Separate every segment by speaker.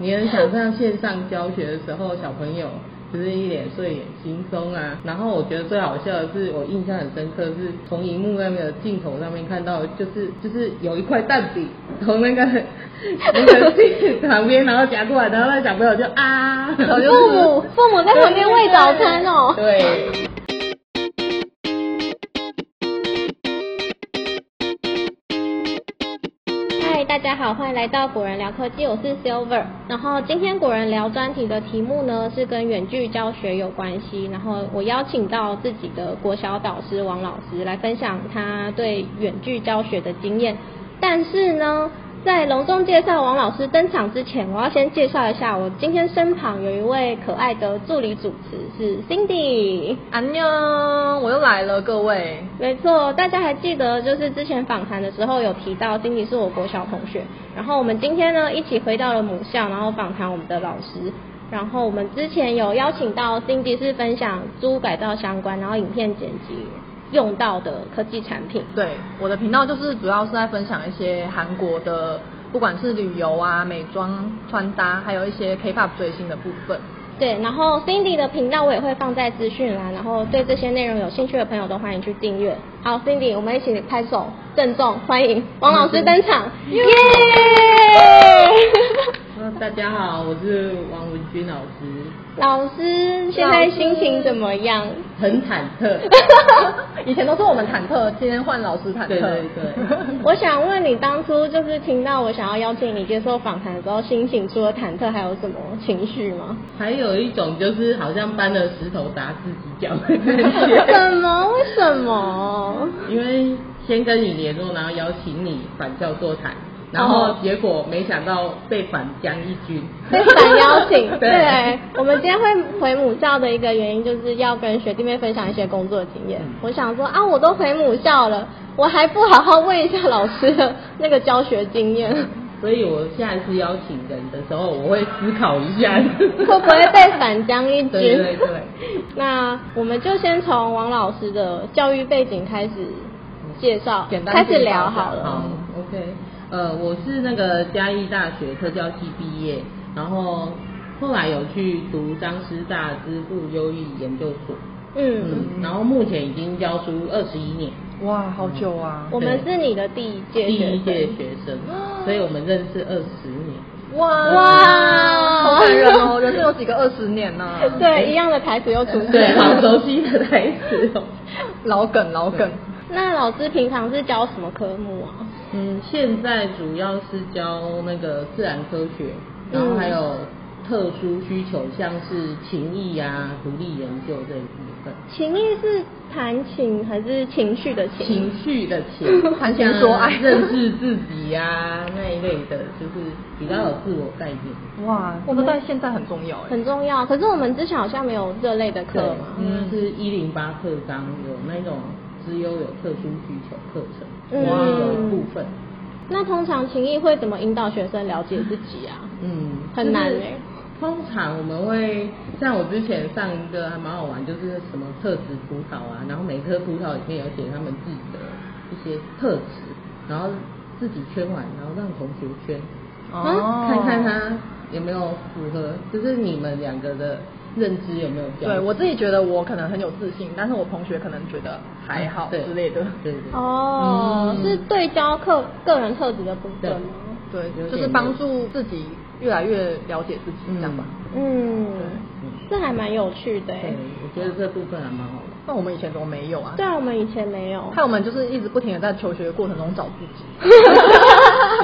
Speaker 1: 你很想像线上教学的时候，小朋友就是一脸睡眼惺忪啊。然后我觉得最好笑的是，我印象很深刻，是从荧幕那边的镜头上面看到，就是就是有一块蛋饼从那个那个镜子旁边，然后夹过来，然后那小朋友就啊，然后就
Speaker 2: 父
Speaker 3: 哦
Speaker 2: 母父母在旁边喂早餐哦
Speaker 1: 对。
Speaker 2: 嗨，大家好，欢迎来到果仁聊科技，我是 Silver。然后今天果仁聊专题的题目呢是跟远距教学有关系，然后我邀请到自己的国小导师王老师来分享他对远距教学的经验。但是呢，在隆重介绍王老师登场之前，我要先介绍一下，我今天身旁有一位可爱的助理主持是 Cindy。
Speaker 3: 安妞， 我又来了，各位。
Speaker 2: 没错，大家还记得就是之前访谈的时候有提到，经理是我国小同学。然后我们今天呢一起回到了母校，然后访谈我们的老师。然后我们之前有邀请到 Cindy 是分享猪改造相关，然后影片剪辑用到的科技产品。
Speaker 3: 对，我的频道就是主要是在分享一些韩国的，不管是旅游啊、美妆、穿搭，还有一些 K-pop 追星的部分。
Speaker 2: 对，然后 Cindy 的频道我也会放在资讯栏，然后对这些内容有兴趣的朋友都欢迎去订阅。好，Cindy，我们一起拍手郑重欢迎王老师登场，耶！
Speaker 1: 那大家好，我是王文君老师，
Speaker 2: 老师现在心情怎么 样？
Speaker 1: 很忐忑。
Speaker 3: 以前都是我们忐忑，今天换老师忐忑。
Speaker 1: 对对对
Speaker 2: 我想问你，当初就是听到我想要邀请你接受访谈的时候，心情除了忐忑，还有什么情绪吗？
Speaker 1: 还有一种就是好像搬了石头砸自己脚的感
Speaker 2: 什
Speaker 1: 觉，
Speaker 2: 么？为什么？
Speaker 1: 因为先跟你联络，然后邀请你返校座谈，然后
Speaker 2: 哦
Speaker 1: 结果没想到被反将一军，，
Speaker 2: 被反邀请 对，我们今天会回母校的一个原因，就是要跟学弟妹分享一些工作经验
Speaker 1: 嗯。
Speaker 2: 我想说啊，我都回母校了，我还不好好问一下老师的那个教学经验，
Speaker 1: 所以我下一次邀请人的时候，我会思考一下，
Speaker 2: 会不会被反将一军？
Speaker 1: 对对对。
Speaker 2: 那我们就先从王老师的教育背景开始介绍，
Speaker 3: 简单
Speaker 2: 开始
Speaker 3: 介绍一
Speaker 2: 聊
Speaker 3: 下
Speaker 2: 好了。
Speaker 1: 好，OK，呃，我是那个嘉义大学特教系毕业，然后后来有去读张师大支部优异研究所，
Speaker 2: 嗯，
Speaker 1: 嗯，然后目前已经教书二十一年，
Speaker 3: 哇，好久啊！
Speaker 2: 我们是你的第一届
Speaker 1: 第
Speaker 2: 学
Speaker 1: 一
Speaker 2: 生，
Speaker 1: 届学生，所以我们认识二十年。
Speaker 3: 哇
Speaker 2: 哇
Speaker 3: 好感人哦！人生有几个二十年呢、
Speaker 2: 对一样的台词又出现，
Speaker 1: 对，好熟悉的台词哦。
Speaker 3: 老梗，老梗。，
Speaker 2: 那老师平常是教什么科目啊？
Speaker 1: 嗯，现在主要是教那个自然科学，然后还有特殊需求，像是情谊啊、独立研究这一部分。
Speaker 2: 情意是弹琴还是情绪的情？
Speaker 1: 情绪的 情
Speaker 3: 谈情说爱
Speaker 1: 像认识自己呀、 那一类的，就是比较有自我概念。
Speaker 3: 哇，
Speaker 2: 我
Speaker 3: 我
Speaker 2: 们
Speaker 3: 们在现在很重要哎。
Speaker 2: 很重要。可是我们之前好像没有这类的课嘛。
Speaker 1: 嗯，是一零八课纲有那种资优有特殊需求课程，
Speaker 2: 嗯
Speaker 1: 然后有部分，
Speaker 2: 那通常情意会怎么引导学生了解自己啊？
Speaker 1: 嗯，
Speaker 2: 很难
Speaker 1: 就是
Speaker 2: 欸
Speaker 1: 通常我们会像我之前上一个还蛮好玩，就是什么特质葡萄啊，然后每颗葡萄里面有写他们自己的一些特质，然后自己圈完，然后让同学圈，
Speaker 2: 哦
Speaker 1: 看看他有没有符合，就是你们两个的认知有没有交集。
Speaker 3: 对我自己觉得我可能很有自信，但是我同学可能觉得还好
Speaker 1: 对
Speaker 3: 之类的。
Speaker 1: 对对。
Speaker 2: 哦，
Speaker 1: 嗯
Speaker 2: 是对焦个个人特质的部分吗？
Speaker 3: 对
Speaker 1: 有，
Speaker 3: 就
Speaker 1: 点
Speaker 3: 是帮助自己越来越了解自己，
Speaker 1: 嗯
Speaker 3: 这样吧。
Speaker 2: 嗯，
Speaker 1: 嗯
Speaker 2: 这还蛮有趣的欸。
Speaker 1: 对，我觉得这部分还蛮好玩。
Speaker 3: 那我们以前怎么没有啊？
Speaker 2: 对，啊，我们以前没有。
Speaker 3: 害我们就是一直不停的在求学的过程中找自己。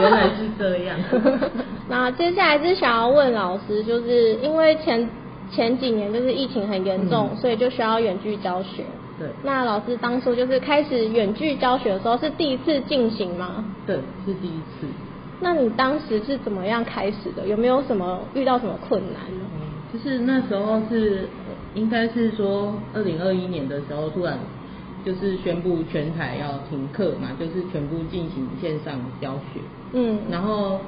Speaker 1: 原来是这样。
Speaker 2: 那接下来是想要问老师，就是因为前前几年就是疫情很严重，
Speaker 1: 嗯
Speaker 2: 所以就需要远距教学。
Speaker 1: 对
Speaker 2: 那老师当初就是开始远距教学的时候，是第一次进行吗？
Speaker 1: 对，是第一次。
Speaker 2: 那你当时是怎么样开始的？有没有什么遇到什么困难呢？
Speaker 1: 就是那时候是呃应该是说二零二一年的时候，突然就是宣布全台要停课嘛，就是全部进行线上教学。
Speaker 2: 嗯，
Speaker 1: 然后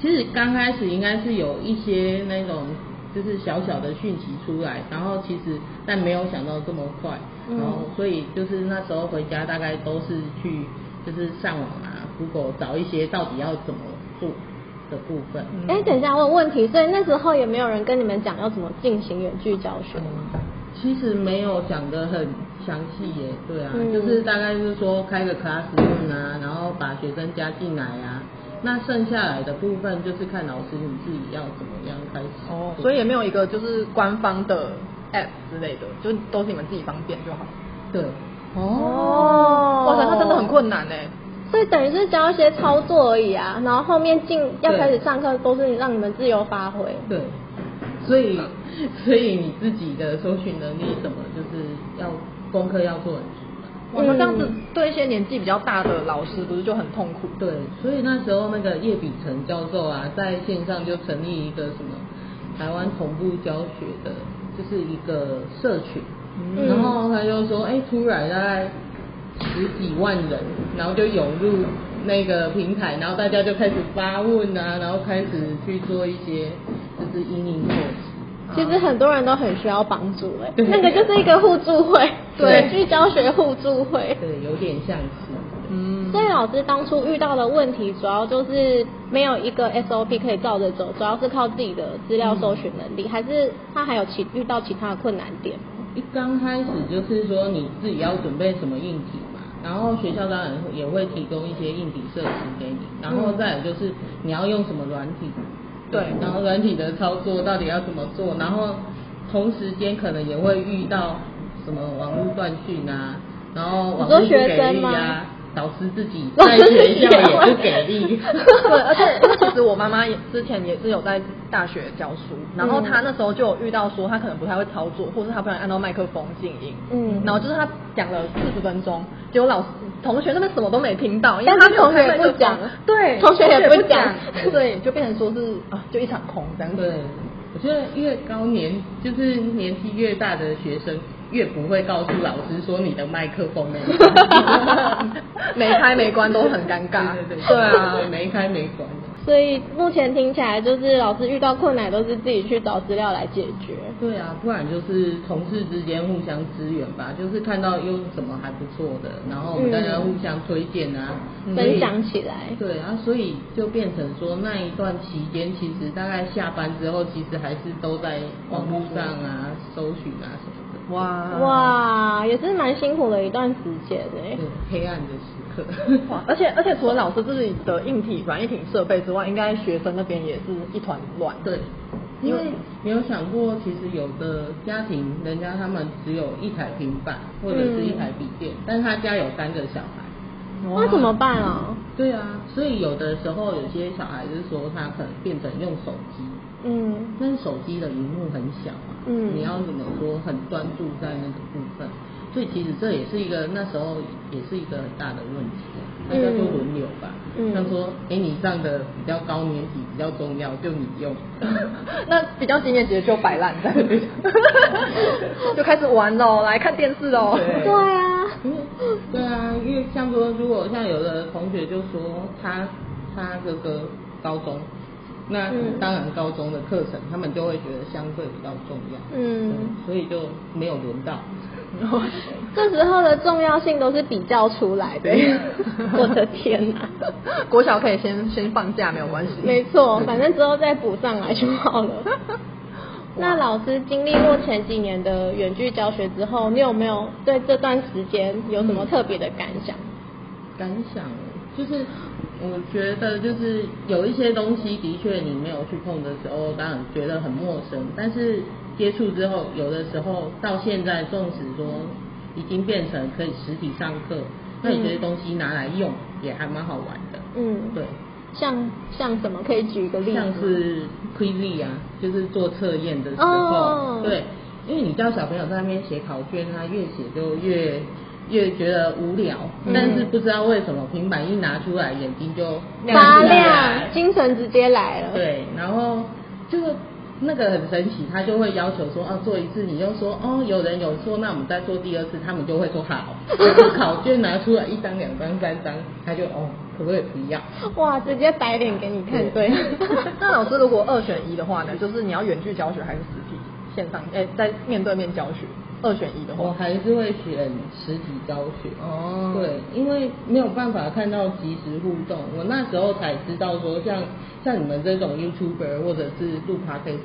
Speaker 1: 其实刚开始应该是有一些那种就是小小的讯息出来，然后其实但没有想到这么快，
Speaker 2: 嗯
Speaker 1: 然后所以就是那时候回家大概都是去就是上网啊、Google 找一些到底要怎么做，的部分。
Speaker 3: 嗯
Speaker 2: 哎，等一下问问题，所以那时候也没有人跟你们讲要怎么进行远距教学吗？
Speaker 1: 其实没有讲得很详细耶，对啊，
Speaker 2: 嗯
Speaker 1: 就是大概就是说开个 classroom 啊，然后把学生加进来啊，那剩下来的部分就是看老师你自己要怎么样开始做。
Speaker 3: 哦，所以也没有一个就是官方的 app 之类的，就都是你们自己方便就好。
Speaker 1: 对，
Speaker 2: 哦
Speaker 3: 哇塞，那真的很困难哎。
Speaker 2: 所以等于是教一些操作而已啊，然后后面进要开始上课都是让你们自由发挥。
Speaker 1: 对，所以 所以你自己的搜寻能力什么，就是要功课要做很足嘛。
Speaker 3: 哇，那这样子
Speaker 2: 嗯
Speaker 3: 对一些年纪比较大的老师，不是就很痛苦？
Speaker 1: 对，所以那时候那个叶秉成教授啊，在线上就成立一个什么台湾同步教学的，就是一个社群，
Speaker 2: 嗯
Speaker 1: 然后他就说，哎，突然大概十几万人，然后就涌入那个平台，然后大家就开始发问啊，然后开始去做一些就是英英措施，
Speaker 2: 其实很多人都很需要帮助哎、
Speaker 1: 对
Speaker 2: 那个就是一个互助会，
Speaker 1: 对
Speaker 2: 远距教学互助会。
Speaker 1: 对，有点像是，
Speaker 3: 嗯，
Speaker 2: 所以老师当初遇到的问题，主要就是没有一个 SOP 可以照着走，主要是靠自己的资料搜寻能力，还是他还有其遇到其他的困难点？
Speaker 1: 一刚开始就是说你自己要准备什么硬体嘛，然后学校当然会也会提供一些硬体设施给你，然后再来就是你要用什么软体，
Speaker 3: 对
Speaker 1: 然后软体的操作到底要怎么做，然后同时间可能也会遇到什么网络断讯啊，然后网络不
Speaker 2: 你说学
Speaker 1: 给
Speaker 2: 生
Speaker 1: 力
Speaker 2: 吗
Speaker 1: 啊，老师自己
Speaker 2: 老
Speaker 1: 在
Speaker 2: 师自
Speaker 1: 学
Speaker 2: 己也
Speaker 1: 校也不给
Speaker 2: 会
Speaker 1: 力，
Speaker 3: 对，而且因为其实我妈妈也之前也是有在大学教书，然
Speaker 2: 嗯
Speaker 3: 后她那时候就有遇到说她可能不太会操作，或是她不能按到麦克风静音，
Speaker 2: 嗯
Speaker 3: 然后就是她讲了四十分钟，结果老师同学那边什么都没听到，因为
Speaker 2: 但
Speaker 3: 她
Speaker 2: 是
Speaker 3: 没有
Speaker 2: 同学
Speaker 3: 开
Speaker 2: 也
Speaker 3: 麦
Speaker 2: 不
Speaker 3: 克
Speaker 2: 讲
Speaker 3: 风，对，
Speaker 2: 同学也
Speaker 3: 不
Speaker 2: 不讲
Speaker 3: 对，就变成说是啊，就一场空这样
Speaker 1: 对
Speaker 3: 子。，
Speaker 1: 我觉得越高年就是年纪越大的学生，越不会告诉老师说你的麦克风没关
Speaker 3: 没开没关都很尴尬
Speaker 1: 对对对，
Speaker 3: 对啊
Speaker 1: 没开没关。
Speaker 2: 所以目前听起来，就是老师遇到困难都是自己去找资料来解决。
Speaker 1: 对啊，不然就是同事之间互相支援吧，就是看到有什么还不错的，然后我们大家互相推荐啊，
Speaker 3: 嗯
Speaker 1: 所以
Speaker 2: 分享起来
Speaker 1: 对啊，所以就变成说那一段期间，其实大概下班之后，其实还是都在网络上啊、搜寻啊什么的。
Speaker 3: 哇
Speaker 2: 哇，也是蛮辛苦的一段时间的 耶。
Speaker 1: 对黑暗的时刻。
Speaker 3: 哇！而且而且除了老师自己的硬体、软硬体设备之外，应该学生那边也是一团乱。
Speaker 1: 对， 因为没有想过，其实有的家庭人家他们只有一台平板或者是一台笔电，
Speaker 3: 嗯
Speaker 1: 但他家有三个小孩。
Speaker 2: 那怎么办啊？
Speaker 1: 对啊，所以有的时候有些小孩就是说他可能变成用手机，
Speaker 2: 嗯，
Speaker 1: 但是手机的荧幕很小啊，
Speaker 2: 嗯
Speaker 1: 你要怎么说很专注在那个部分，所以其实这也是一个那时候也是一个很大的问题啊，大家就轮流吧，
Speaker 2: 嗯嗯嗯
Speaker 1: 像说，哎、你上的比较高年级比较重要，就你 用，
Speaker 3: 那比较经典，其实就摆烂在那边， 就开始玩喽，来看电视喽。
Speaker 1: 对
Speaker 2: 对啊，
Speaker 1: 对啊，因为像说，如果像有的同学就说他他哥哥高中，那
Speaker 2: 嗯
Speaker 1: 当然高中的课程他们就会觉得相对比较重要，
Speaker 2: 嗯，哦
Speaker 1: 所以就没有轮 到。
Speaker 2: 这时候的重要性都是比较出来的
Speaker 3: 对。
Speaker 2: 我的天哪、
Speaker 3: 国小可以先先放假，没有关系。
Speaker 2: 没错，反正之后再补上来就好了。那老师经历过前几年的远距教学之后，你有没有对这段时间有什么特别的感想？
Speaker 1: 感想就是，我觉得就是有一些东西的确你没有去碰的时候，当然觉得很陌生，但是接触之后，有的时候到现在，纵使说已经变成可以实体上课，那有些东西拿来用也还蛮好玩的。
Speaker 2: 嗯，
Speaker 1: 对，
Speaker 2: 像像什么？可以举一个例子吗？
Speaker 1: 像是 quiz 啊，就是做测验的时候，
Speaker 2: 哦
Speaker 1: 对，因为你叫小朋友在那边写考卷，他越写就越越觉得无聊，
Speaker 2: 嗯
Speaker 1: 但是不知道为什么平板一拿出来，眼睛就
Speaker 2: 发
Speaker 1: 起
Speaker 2: 亮，
Speaker 1: 来，
Speaker 2: 精神直接来了。，
Speaker 1: 对，然后就是那个很神奇，他就会要求说啊，做一次，你就说哦，有人有做，那我们再做第二次，他们就会说好， 就考卷拿出来一张、两张、三张，他就哦，可不可以不要？
Speaker 2: 哇，直接摆脸给你看，对
Speaker 1: 对。
Speaker 3: 那 老师如果二选一的话呢，就是你要远距教学还是实体线上？哎、在面对面教学？二选一的
Speaker 1: 我
Speaker 3: 话，
Speaker 1: 还是会选实体教学。
Speaker 3: 哦
Speaker 1: 对，因为没有办法看到即时互动，我那时候才知道说像，像你们这种 YouTuber 或者是录 Podcast，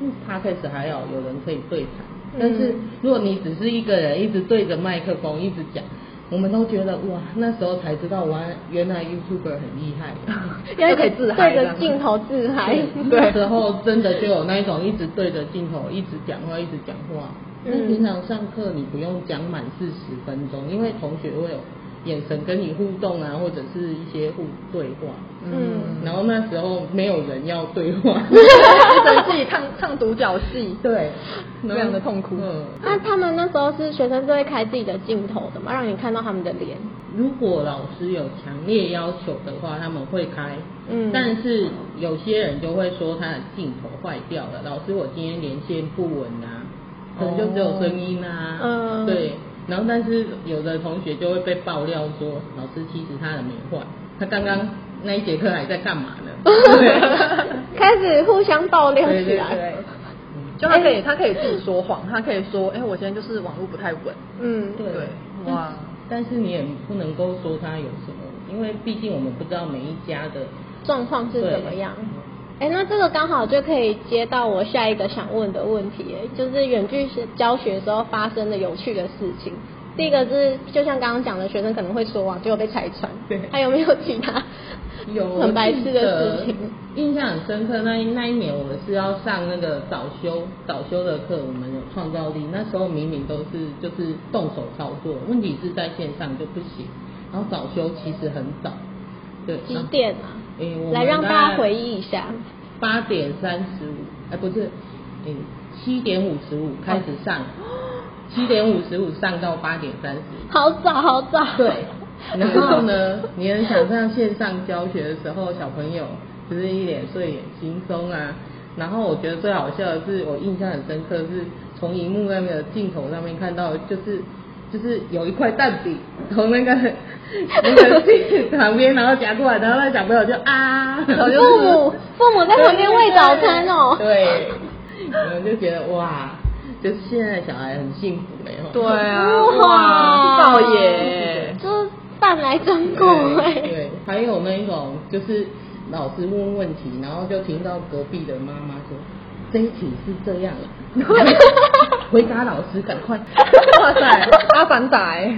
Speaker 1: 录 Podcast 还好有人可以对谈，
Speaker 3: 嗯
Speaker 1: 但是如果你只是一个人一直对着麦克风一直讲。我们都觉得哇，那时候才知道哇，原来 YouTuber 很厉 害。
Speaker 3: 就可以自嗨
Speaker 2: 对
Speaker 3: 这
Speaker 2: 着
Speaker 3: 样
Speaker 2: 镜头自嗨。
Speaker 1: 那时候真的就有那一种一直对着镜头一直讲话一直讲话。
Speaker 2: 嗯
Speaker 1: 那平常上课你不用讲满四十分钟，因为同学会有眼神跟你互动啊，或者是一些互对话。
Speaker 2: 嗯
Speaker 1: 然后那时候没有人要对话，
Speaker 3: 只能自己唱唱独角戏，
Speaker 1: 对，
Speaker 3: 非常的痛苦
Speaker 1: 嗯，
Speaker 2: 那他们那时候是学生是会开自己的镜头的嘛，让你看到他们的脸。
Speaker 1: 如果老师有强烈要求的话，他们会开。
Speaker 2: 嗯
Speaker 1: 但是有些人就会说他的镜头坏掉了，老师我今天连线不稳啊，可能就只有声音啊。
Speaker 2: 嗯
Speaker 1: 对，然后但是有的同学就会被爆料说，老师其实他的没坏，他刚刚那一节课还在干嘛 呢？对
Speaker 2: 开始互相爆料
Speaker 1: 对
Speaker 2: 起
Speaker 1: 对
Speaker 2: 来。
Speaker 1: 对，
Speaker 3: 就他可以他可以自己说谎，他可以说，哎，我今天就是网络不太稳，
Speaker 2: 嗯，
Speaker 3: 对，
Speaker 1: 但
Speaker 3: 哇，
Speaker 1: 但是你也不能够说他有什么，因为毕竟我们不知道每一家的
Speaker 2: 状况是怎么样
Speaker 1: 对？
Speaker 2: 哎，那这个刚好就可以接到我下一个想问的问题，哎就是远距教学时候发生的有趣的事情。第一个是，就像刚刚讲的，学生可能会说啊，结果被拆穿。
Speaker 1: 对
Speaker 2: 还有没有其他
Speaker 1: 有
Speaker 2: 很白痴的事情？
Speaker 1: 我记得印象很深刻。那一那一年我是要上那个早修早修的课，我们有创造力。那时候明明都是就是动手操作，问题是在线上就不行。然后早修其实很早，对，
Speaker 2: 几点啊？
Speaker 1: 诶我们
Speaker 2: 来让
Speaker 1: 大
Speaker 2: 大
Speaker 1: 概
Speaker 2: 家回忆一下。
Speaker 1: 八点三十五，哎，不是，嗯，七点五十五开始上，七点五十五上到八点三十
Speaker 2: 好早，好早。
Speaker 1: 对， 然后？呢，你很想上线上教学的时候，小朋友就是一脸睡眼惺忪啊。然后我觉得最好笑的是，我印象很深刻是从荧幕那边的镜头上面看到，就是就是有一块蛋饼从那 个那个镜子旁边，然后夹过来，然后那小朋友就啊，然后就
Speaker 2: 哦父母父母在旁边喂早餐哦。
Speaker 1: 对，然后就觉得哇，就是现在的小孩很幸福没有？
Speaker 3: 对啊，哇，
Speaker 2: 哇
Speaker 3: 少爷，
Speaker 2: 这饭来张口哎。
Speaker 1: 对，还有那一种就是老师问问题，然后就听到隔壁的妈妈说这一题是这样 的，回答老师赶快。
Speaker 3: 哇塞，阿凡达 欸，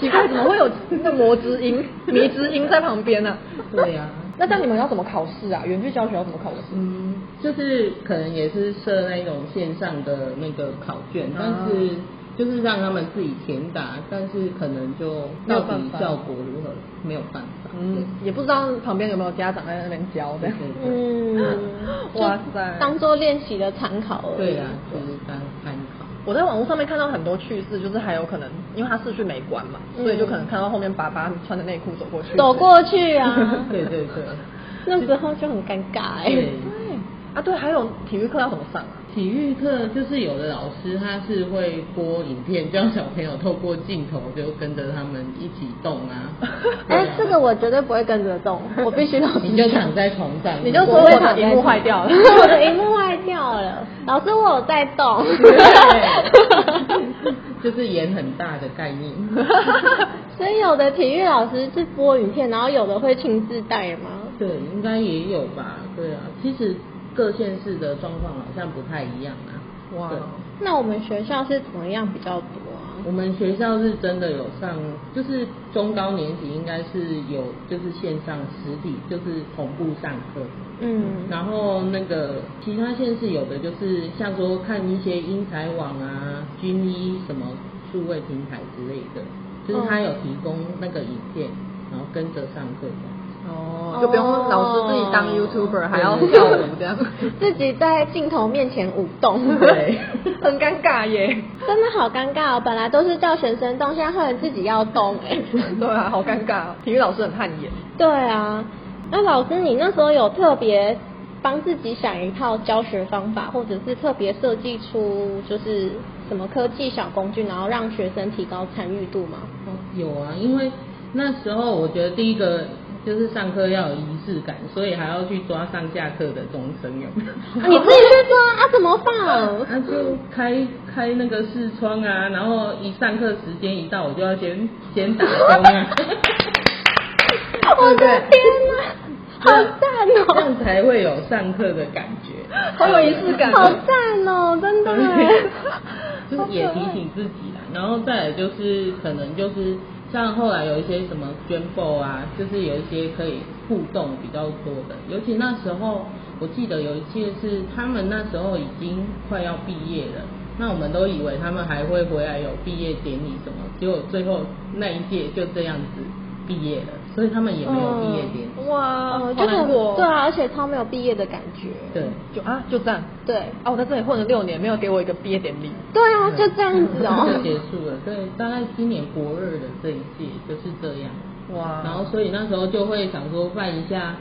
Speaker 3: 奇怪，怎么会有那个魔之音、迷之音在旁边啊呢？
Speaker 1: 对呀、
Speaker 3: 那这样你们要怎么考试啊？远距教学要怎么考试？
Speaker 1: 嗯，就是可能也是设那种线上的那个考卷，但
Speaker 3: 啊
Speaker 1: 是就是让他们自己填答，但是可能就
Speaker 3: 没有
Speaker 1: 到
Speaker 3: 办
Speaker 1: 底
Speaker 3: 法
Speaker 1: 效果如何没有办法。
Speaker 3: 嗯，也不知道旁边有没有家长在那边教
Speaker 1: 对
Speaker 3: 的。
Speaker 1: 对对。
Speaker 2: 嗯，就
Speaker 3: 哇塞
Speaker 2: 当做练习的参考而已。
Speaker 1: 对啊，就是当参考。，
Speaker 3: 我在网络上面看到很多趣事，就是还有可能，因为他视讯没关嘛，
Speaker 2: 嗯
Speaker 3: 所以就可能看到后面爸爸穿着内裤走过去。
Speaker 2: 走过去啊
Speaker 1: 对对对，
Speaker 2: 那时候就很尴尬哎、
Speaker 1: 对。
Speaker 3: 啊，对，还有体育课要怎么上啊？
Speaker 1: 体育课就是有的老师他是会播影片，让小朋友透过镜头就跟着他们一起动啊。
Speaker 2: 哎、
Speaker 1: 对啊
Speaker 2: 这个我绝对不会跟着 动，我必须老实
Speaker 1: 你就
Speaker 2: 讲
Speaker 1: 躺在床上，
Speaker 3: 你就
Speaker 2: 我
Speaker 3: 说
Speaker 2: 会
Speaker 3: 我的
Speaker 2: 躺在
Speaker 3: 荧幕
Speaker 2: 这里
Speaker 3: 坏掉了
Speaker 2: 我的荧幕坏掉了。老师，我有在动。
Speaker 1: 对就是演很大的概念。
Speaker 2: 所以有的体育老师是播影片，然后有的会亲自带吗？
Speaker 1: 对，应该也有吧？对啊，其实各县市的状况好像不太一样啊。
Speaker 3: 哇
Speaker 1: 对，
Speaker 2: 那我们学校是怎么样比较多啊？
Speaker 1: 我们学校是真的有上，就是中高年级应该是有，就是线上实体就是同步上课。
Speaker 2: 嗯，
Speaker 1: 然后那个其他县市有的就是像说看一些英才网啊、军医什么数位平台之类的，就是他有提供那个影片，然后跟着上课这
Speaker 3: 哦，就不用老师自己当 YouTuber，还要
Speaker 1: 对
Speaker 3: 跳舞这 样。
Speaker 2: 自己在镜头面前舞动。
Speaker 1: 对
Speaker 3: 很尴尬耶。
Speaker 2: 真的好尴尬哦！本来都是叫学生动，现在换成自己要动哎、
Speaker 3: 对啊，好尴尬、哦。体育老师很汗颜。
Speaker 2: 对啊，那老师你那时候有特别帮自己想一套教学方法，或者是特别设计出就是什么科技小工具，然后让学生提高参与度吗？
Speaker 1: 样。哦，有啊，因为那时候我觉得第一个就是上课要有仪式感，所以还要去抓上下课的钟声，有没有？
Speaker 2: 啊你 自己去抓啊，怎么放？
Speaker 1: 那就开开那个视窗啊，然后一上课时间一到，我就要先先打 钟啊，
Speaker 2: 我的天哪，好
Speaker 1: 这
Speaker 2: 赞
Speaker 1: 样才会有上课的感觉，
Speaker 3: 好有仪式感
Speaker 2: 哦，好赞哦，真的耶。
Speaker 1: 就是也提醒自己啦。然后再来就是可能就是像后来有一些什么捐购啊，就是有一些可以互动比较多的，尤其那时候我记得有一届是他们那时候已经快要毕业了。那我们都以为他们还会回来有毕业典礼什么，结果最后那一届就这样子毕业了，所以他们也没有毕业典礼。
Speaker 3: 哇好
Speaker 2: 哦，就是
Speaker 3: 难过
Speaker 2: 对啊，而且超没有毕业的感觉。
Speaker 1: 对，
Speaker 3: 就啊就这样
Speaker 2: 对
Speaker 3: 啊！我在这里混了六年，没有给我一个毕业典礼。
Speaker 2: 对啊，就这样子
Speaker 1: 就结
Speaker 2: 哦。
Speaker 1: 束了。对，大概今年国二的这一届就是这样。
Speaker 3: 哇
Speaker 1: 然后所以那时候就会想说办一下，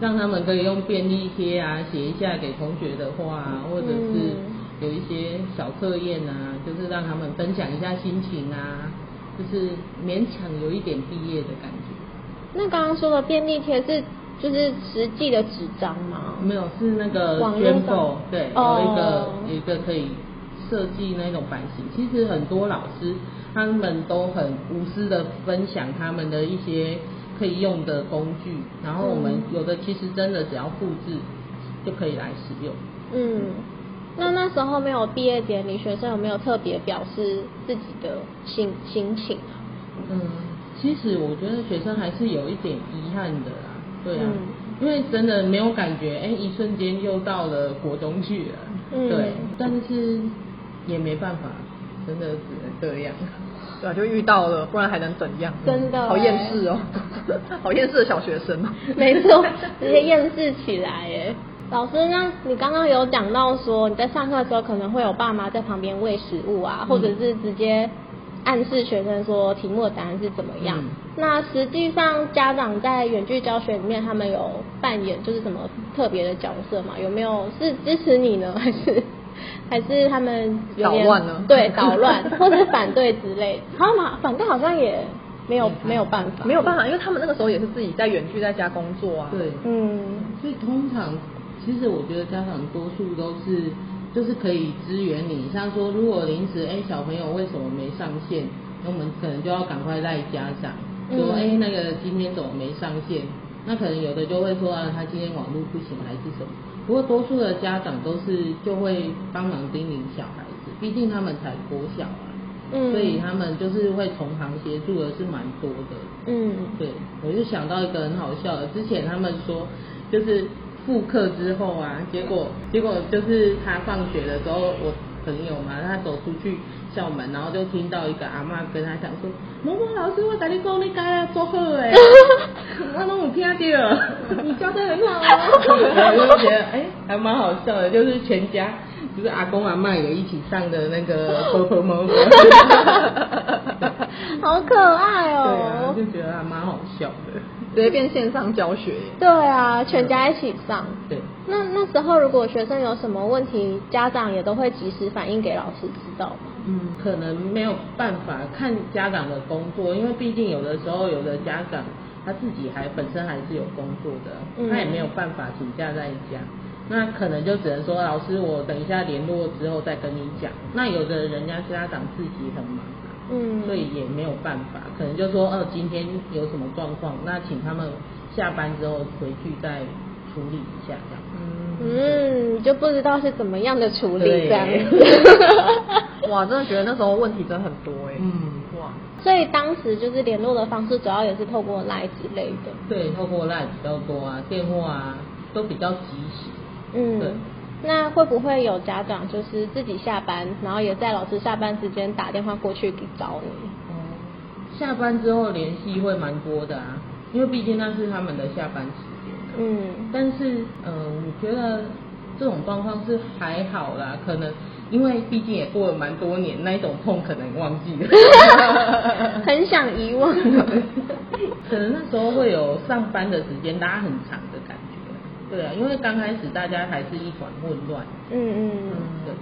Speaker 1: 让他们可以用便利贴啊写一下给同学的话、
Speaker 2: 嗯
Speaker 1: 啊，或者是有一些小测验啊，就是让他们分享一下心情啊，就是勉强有一点毕业的感觉。
Speaker 2: 那刚刚说的便利贴是就是实际的纸张吗？
Speaker 1: 没有，是那个
Speaker 2: 网络
Speaker 1: 捐
Speaker 2: 上
Speaker 1: 购，对，有一个、
Speaker 2: 哦
Speaker 1: 有一个可以设计那种版型。其实很多老师他们都很无私的分享他们的一些可以用的工具，然后我们
Speaker 2: 嗯
Speaker 1: 有的其实真的只要复制就可以来使用。
Speaker 2: 嗯，那那时候没有毕业典礼，学生有没有特别表示自己的心心情啊？
Speaker 1: 嗯，其实我觉得学生还是有一点遗憾的啦，对啊，
Speaker 2: 嗯
Speaker 1: 因为真的没有感觉，哎，一瞬间又到了国中去了，
Speaker 2: 嗯
Speaker 1: 对，但是也没办法，真的只能这样。
Speaker 3: 对啊，就遇到了，不然还能怎样？
Speaker 2: 真的
Speaker 3: 好厌世哦， 好厌世的小学生哦。
Speaker 2: 没错，直接厌世起来耶。老师，那你刚刚有讲到说你在上课的时候可能会有爸妈在旁边喂食物
Speaker 3: 嗯
Speaker 2: 啊，或者是直接暗示学生说题目的答案是怎么样。
Speaker 1: 嗯
Speaker 2: 那实际上家长在远距教学里面，他们有扮演就是什么特别的角色吗？有没有是支持你呢， 还是还是他们有
Speaker 3: 捣
Speaker 2: 点
Speaker 3: 乱呢
Speaker 2: 对，捣 乱或者是反对之类的。好嘛，反对好像也没有没有办法，
Speaker 3: 没有办法，因为他们那个时候也是自己在远距在家工作啊。
Speaker 1: 对，
Speaker 2: 嗯。
Speaker 1: 所以通常，其实我觉得家长多数都是就是可以支援你，像说如果临时哎小朋友为什么没上线，那我们可能就要赶快赖家长说
Speaker 2: 嗯
Speaker 1: 哎、那个今天怎么没上线？那可能有的就会说啊他今天网络不行还是什么。不过多数的家长都是就会帮忙叮咛小孩子，毕竟他们才国小啊，
Speaker 2: 嗯
Speaker 1: 所以他们就是会同行协助的是蛮多的。
Speaker 2: 嗯，
Speaker 1: 对，我就想到一个很好笑的，之前他们说就是复课之后啊，结果结果就是他放学的时候，我朋友嘛，他走出去校门，然后就听到一个阿嬷跟他讲说：“某某老师，我跟你讲，你该要做好 哎，我拢有听到， 你教的很好啊。”我就觉得哎、还蛮好笑的，就是全家。就是阿公阿嬷也一起上的那个 Purple m o m o
Speaker 2: 好可爱
Speaker 1: 对啊
Speaker 2: 哦，、
Speaker 1: 就觉得还蛮好笑的。
Speaker 3: 直接变线上教学。
Speaker 2: 对啊，全家一起上。
Speaker 1: 对，
Speaker 2: 那那时候如果学生有什么问题，家长也都会及时反映给老师知道吗？
Speaker 1: 嗯，可能没有办法看家长的工作，因为毕竟有的时候有的家长他自己还本身还是有工作的，
Speaker 2: 嗯
Speaker 1: 他也没有办法请假在家。那可能就只能说，老师，我等一下联络之后再跟你讲。那有的人家家长自己很忙啊，
Speaker 2: 嗯，
Speaker 1: 所以也没有办法，可能就说，哦，今天有什么状况，那请他们下班之后回去再处理一下这样。
Speaker 3: 嗯，
Speaker 2: 嗯，就不知道是怎么样的处理
Speaker 1: 对
Speaker 2: 这样子。
Speaker 3: 哇，真的觉得那时候问题真的很多哎。
Speaker 1: 嗯
Speaker 3: 哇，
Speaker 2: 所以当时就是联络的方式，主要也是透过 Line 之类的。
Speaker 1: 对，透过 LINE 比较多啊，电话啊都比较及时。对
Speaker 2: 嗯，那会不会有家长就是自己下班，然后也在老师下班时间打电话过去找你？
Speaker 1: 下班之后联系会蛮多的啊，因为毕竟那是他们的下班时间。
Speaker 2: 嗯
Speaker 1: 但是，呃，我觉得这种状况是还好啦，可能因为毕竟也过了蛮多年，那一种痛可能忘记了。
Speaker 2: 很想遗 忘。
Speaker 1: 可能那时候会有上班的时间拉很长的感觉。对啊，因为刚开始大家还是一团混乱。
Speaker 2: 嗯嗯，
Speaker 3: 嗯，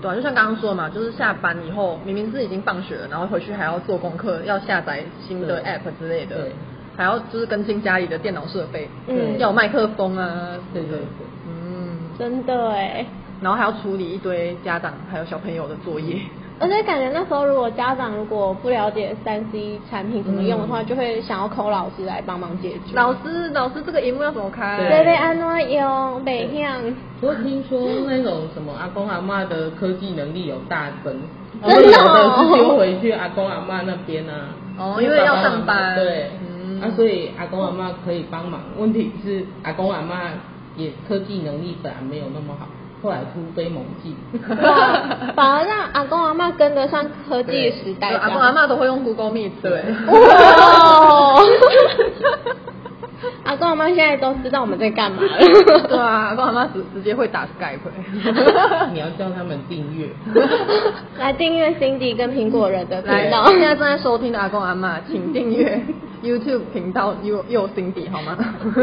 Speaker 3: 对啊，就像刚刚说的嘛，就是下班以后明明是已经放学了，然后回去还要做功课，要下载新的
Speaker 1: 对
Speaker 3: app 之类的
Speaker 1: 对。
Speaker 3: 还要就是更新家里的电脑设备，
Speaker 2: 嗯
Speaker 3: 要有麦克风啊，
Speaker 1: 对对对，
Speaker 3: 嗯，
Speaker 2: 真的哎。
Speaker 3: 然后还要处理一堆家长还有小朋友的作业，
Speaker 2: 而且感觉那时候如果家长如果不了解三 C 产品怎么用的话，就会想要扣老师来帮忙解 决。
Speaker 3: 老师老师这个荧幕要怎么开？
Speaker 1: 对
Speaker 2: 对对，安怎 用北向，
Speaker 1: 不过听说那种什么阿公阿嬷的科技能力有大增，
Speaker 2: 真的
Speaker 1: 然
Speaker 2: 哦
Speaker 1: 后有的是丢回去阿公阿嬷那边啊，
Speaker 3: 哦
Speaker 1: 因为
Speaker 3: 因为要
Speaker 1: 爸爸妈妈
Speaker 3: 上班
Speaker 1: 对，
Speaker 3: 嗯
Speaker 1: 啊，所以阿公阿嬷可以帮忙，问题是阿公阿嬷也科技能力本来没有那么好，后来突飞猛进，
Speaker 2: 哇反而让阿公阿妈跟得上科技时代
Speaker 3: 对
Speaker 2: 这样。
Speaker 3: 阿公阿嬷都会用 Google Meet，对，
Speaker 2: 哇！阿公阿妈现在都知道我们在干嘛
Speaker 3: 对
Speaker 2: 了。
Speaker 3: 啊，阿公阿嬷直直接会打 Skype，
Speaker 1: 你要叫他们订阅，
Speaker 2: 来订阅 Cindy 跟苹果人的频
Speaker 3: 来，
Speaker 2: 道。
Speaker 3: 现在正在收听的阿公阿嬷，请订阅 YouTube 频道又又 Cindy 好吗？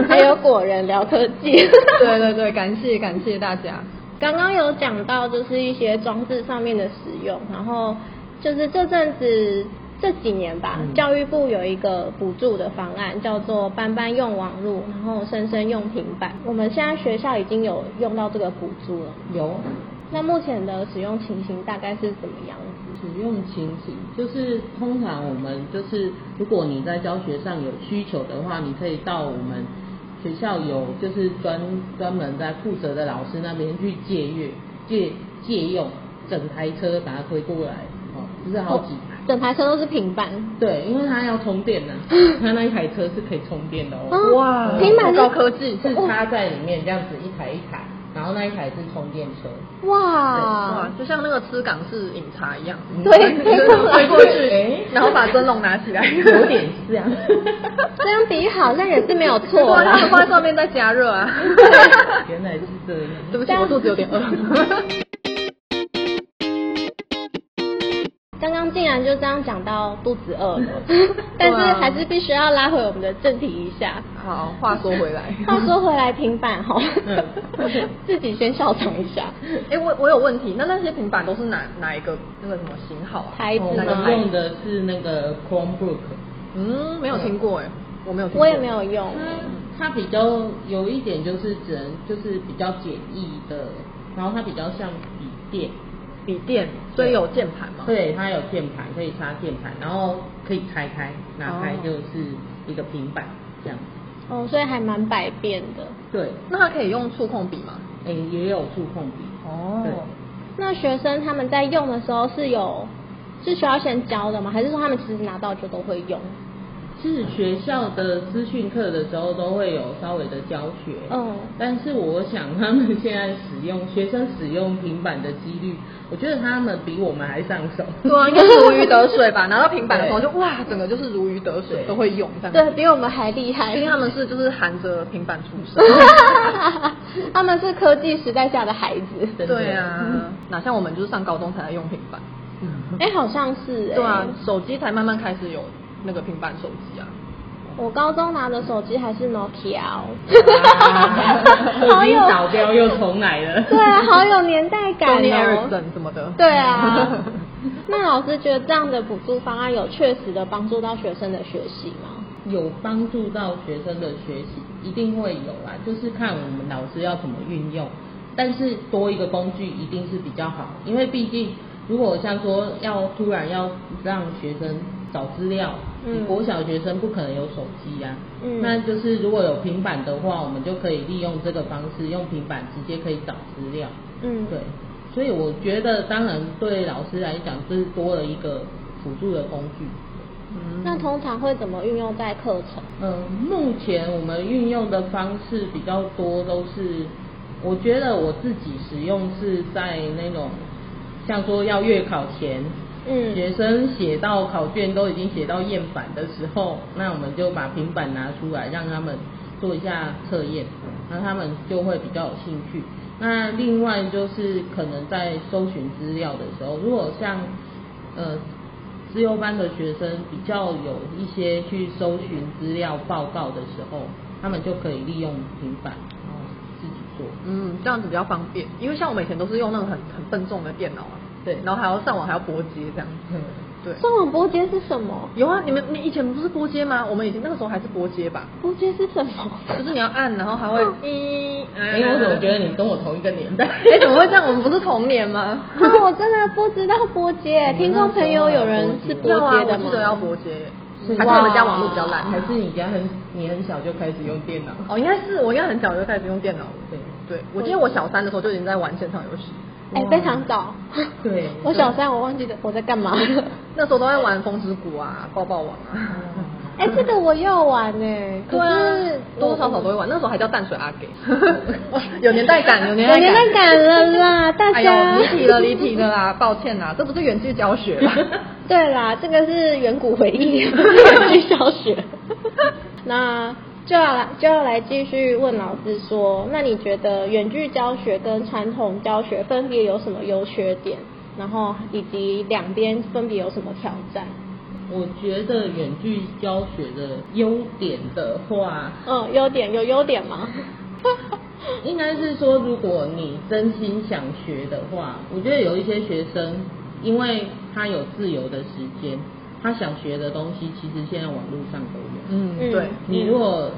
Speaker 2: 还有果仁聊科技。
Speaker 3: 对对对，感谢感谢大家。
Speaker 2: 刚刚有讲到就是一些装置上面的使用，然后就是这阵子这几年吧，
Speaker 1: 嗯
Speaker 2: 教育部有一个补助的方案，叫做班班用网络，然后生生用平板。我们现在学校已经有用到这个补助了。
Speaker 1: 有。
Speaker 2: 那目前的使用情形大概是怎么样子？
Speaker 1: 使用情形就是通常我们就是，如果你在教学上有需求的话，你可以到我们学校有就是专专门在负责的老师那边去借阅借借用整台车把它推过来，哦，就是好几台。
Speaker 2: 整台车都是平板。
Speaker 1: 对，因为它要充电呐、它那一台车是可以充电的哦，
Speaker 2: 哦
Speaker 3: 哇
Speaker 2: 平板是
Speaker 3: 高科技
Speaker 1: 是插在里面这样子一台一台，然后那一台是充电车。
Speaker 3: 哇
Speaker 2: 哇，，
Speaker 3: 就像那个吃港式饮茶一样，
Speaker 2: 对
Speaker 3: 就是推过去
Speaker 1: 哎，
Speaker 3: 然后把蒸笼拿起来，
Speaker 1: 有点像。
Speaker 2: 这样比喻好像也是没有
Speaker 3: 不
Speaker 2: 错
Speaker 3: 过 他们放在
Speaker 2: 啦。
Speaker 3: 上面在加热啊。
Speaker 1: 原来是这样。
Speaker 3: 对不起，我肚子有点饿。
Speaker 2: 刚刚竟然就这样讲到肚子饿了，但是还是必须要拉回我们的正题一下。
Speaker 3: 好，话说回来，
Speaker 2: 话说回来，平板哈
Speaker 1: 嗯，
Speaker 2: 自己先笑场一下。
Speaker 3: 哎，我我有问题，那那些平板都是哪哪一个那个什么型号啊？
Speaker 2: 牌子
Speaker 1: 我
Speaker 2: 吗
Speaker 1: 们用的是那个 Chromebook，
Speaker 3: 嗯，没有听过哎，我没有听过，
Speaker 2: 我也没有用，
Speaker 1: 它比较有一点就是只能就是比较简易的，然后它比较像笔电，
Speaker 3: 笔电，所以有键盘吗？，
Speaker 1: 对，它有键盘可以插键盘，然后可以拆开拿开
Speaker 3: 哦
Speaker 1: 就是一个平板这样，
Speaker 2: 哦，所以还蛮百变的。
Speaker 1: 对，
Speaker 3: 那它可以用触控笔吗？
Speaker 1: 诶、也有触控笔，
Speaker 3: 哦
Speaker 1: 对，
Speaker 2: 那学生他们在用的时候是有是需要先教的吗？还是说他们其实拿到就都会用？
Speaker 1: 是学校的资讯课的时候都会有稍微的教学，
Speaker 2: 嗯
Speaker 1: 但是我想他们现在使用学生使用平板的几率，我觉得他们比我们还上手。
Speaker 3: 对啊，应该是如鱼得水 吧。拿到平板的时候就哇，整个就是如鱼得水，
Speaker 1: 对
Speaker 3: 都会用这样。
Speaker 2: 对，比我们还厉害
Speaker 3: 毕。竟他们是就是含着平板出生。
Speaker 2: 他们是科技时代下的孩子。
Speaker 1: 真的
Speaker 3: 对啊，哪像我们就是上高中才来用平板。
Speaker 1: 嗯，
Speaker 2: 哎、好像是、哎。
Speaker 3: 对啊，手机才慢慢开始有那个平板手机啊。
Speaker 2: 我高中拿的手机还是 Nokia 哦好
Speaker 1: 已经
Speaker 2: 有
Speaker 1: 倒掉又重来了。
Speaker 2: 对啊，好有年代感
Speaker 3: Sony
Speaker 2: 哦。
Speaker 3: Ericsson 什么的。
Speaker 2: 对 啊，那老师觉得这样的补助方案有确实的帮助到学生的学习吗？
Speaker 1: 有帮助到学生的学习，一定会有啦，就是看我们老师要怎么运用。但是多一个工具一定是比较好，因为毕竟如果像说要突然要让学生找资料，
Speaker 2: 嗯
Speaker 1: 你国小学生不可能有手机呀、啊，
Speaker 2: 嗯
Speaker 1: 那就是如果有平板的话，我们就可以利用这个方式，用平板直接可以找资料。
Speaker 2: 嗯，
Speaker 1: 对，所以我觉得当然对老师来讲，这是多了一个辅助的工具。
Speaker 3: 嗯
Speaker 2: 那通常会怎么运用在课程？
Speaker 1: 嗯，目前我们运用的方式比较多，都是我觉得我自己使用是在那种像说要月考前，
Speaker 2: 嗯
Speaker 1: 学生写到考卷都已经写到厌烦的时候，那我们就把平板拿出来让他们做一下测验，那他们就会比较有兴趣。那另外就是可能在搜寻资料的时候，如果像呃资优班的学生比较有一些去搜寻资料报告的时候，他们就可以利用平板，然后哦自己做。
Speaker 3: 嗯，这样子比较方便，因为像我们以前都是用那种很很笨重的电脑啊，
Speaker 1: 对
Speaker 3: 然后还要上网还要拨接这样，
Speaker 1: 嗯
Speaker 3: 对。
Speaker 2: 上网拨接是什么？
Speaker 3: 有啊，你们你以前不是拨接吗？我们以前那个时候还是拨接吧，
Speaker 2: 拨接是什么？
Speaker 3: 就是你要按，然后还 会
Speaker 2: 嗯
Speaker 3: 一。啊
Speaker 1: 哎、我怎么觉得你跟我同一个 年代？
Speaker 3: 哎，怎么会这样？我们不是同年吗？
Speaker 2: 啊，我真的不知道拨 接，听众朋友有人是拨
Speaker 3: 要啊，
Speaker 2: 接
Speaker 3: 我
Speaker 2: 的
Speaker 3: 记得要
Speaker 2: 吗？
Speaker 3: 拨接，
Speaker 1: 是
Speaker 3: 还是
Speaker 1: 哇
Speaker 3: 我们家网络比较烂？
Speaker 1: 还是你家很你很小就开始用电脑？
Speaker 3: 哦，应该是我应该很小就开始用电脑了。
Speaker 1: 对
Speaker 3: 对，我记得我小三的时候就已经在玩线上游戏，
Speaker 2: 哎、非常早。
Speaker 1: 对
Speaker 2: 我小三我忘记我 在干嘛。
Speaker 3: 那时候都在玩风之谷啊、抱抱网啊。
Speaker 2: 哎、这个我要玩哎、可
Speaker 3: 对啊
Speaker 2: 是，
Speaker 3: 多多少少都会玩，那时候还叫淡水阿给， 有年代感，有年代感，
Speaker 2: 有年代感了 啦，大
Speaker 3: 哎
Speaker 2: 家。
Speaker 3: 呦，离题了，离题了啦， 抱歉啊啦，这不是远距教学啊啦。
Speaker 2: 对啦，这个是远古 回忆，去小学。 那就要来就要来继续问老师说，那你觉得远距教学跟传统教学分别有什么优缺点？然后以及两边分别有什么挑战？
Speaker 1: 我觉得远距教学的优点的话，
Speaker 2: 嗯，优点有优点吗？
Speaker 1: 应该是说，如果你真心想学的话，我觉得有一些学生，因为他有自由的时间，他想学的东西，其实现在网络上都有。
Speaker 3: 嗯，
Speaker 2: 嗯
Speaker 3: 对，
Speaker 1: 你如果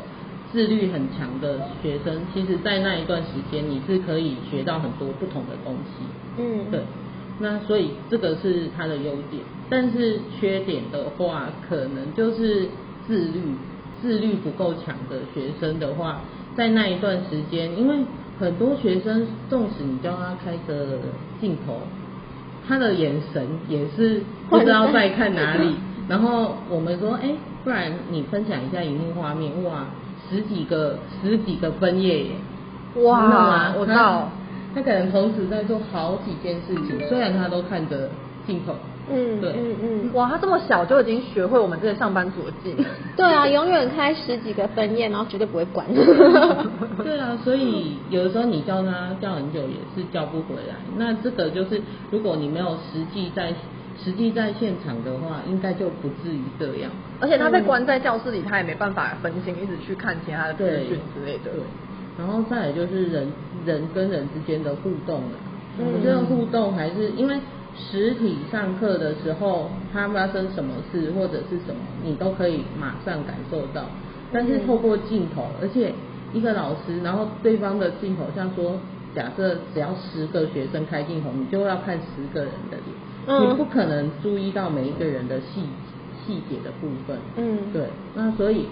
Speaker 1: 自律很强的学生，其实，在那一段时间，你是可以学到很多不同的东西。
Speaker 2: 嗯，
Speaker 1: 对，那所以这个是它的优点，但是缺点的话，可能就是自律自律不够强的学生的话，在那一段时间，因为很多学生，纵使你叫他开个镜头，他的眼神也是不知道在看哪里。 然后我们说，哎，不然你分享一下荧幕画面，哇，十几个十几个分页耶，你懂
Speaker 3: 哇
Speaker 1: 吗，
Speaker 3: 我知道，
Speaker 1: 他，他可能同时在做好几件事情，虽然他都看着镜头，
Speaker 2: 嗯，
Speaker 1: 对
Speaker 2: 嗯嗯，
Speaker 3: 哇，他这么小就已经学会我们这些上班族的技 能，
Speaker 2: 对啊，永远开十几个分页，然后绝对不会 关。
Speaker 1: 对啊，所以有的时候你叫他叫很久也是叫不回来。那这个就是，如果你没有实际在实际在现场的话，应该就不至于这样。
Speaker 3: 而且他被关在教室里，他也没办法分心，一直去看其他的资
Speaker 1: 对
Speaker 3: 讯之类的
Speaker 1: 对。，然后再来就是人人跟人之间的互动了、
Speaker 2: 嗯
Speaker 1: 我觉得互动还是因为实体上课的时候，它发生什么事或者是什么，你都可以马上感受到。但是
Speaker 2: 嗯
Speaker 1: 透过镜头，而且一个老师，然后对方的镜头，像说假设只要十个学生开镜头，你就要看十个人的脸，
Speaker 2: 嗯
Speaker 1: 你不可能注意到每一个人的细细节的部分。
Speaker 2: 嗯
Speaker 1: 对，那所以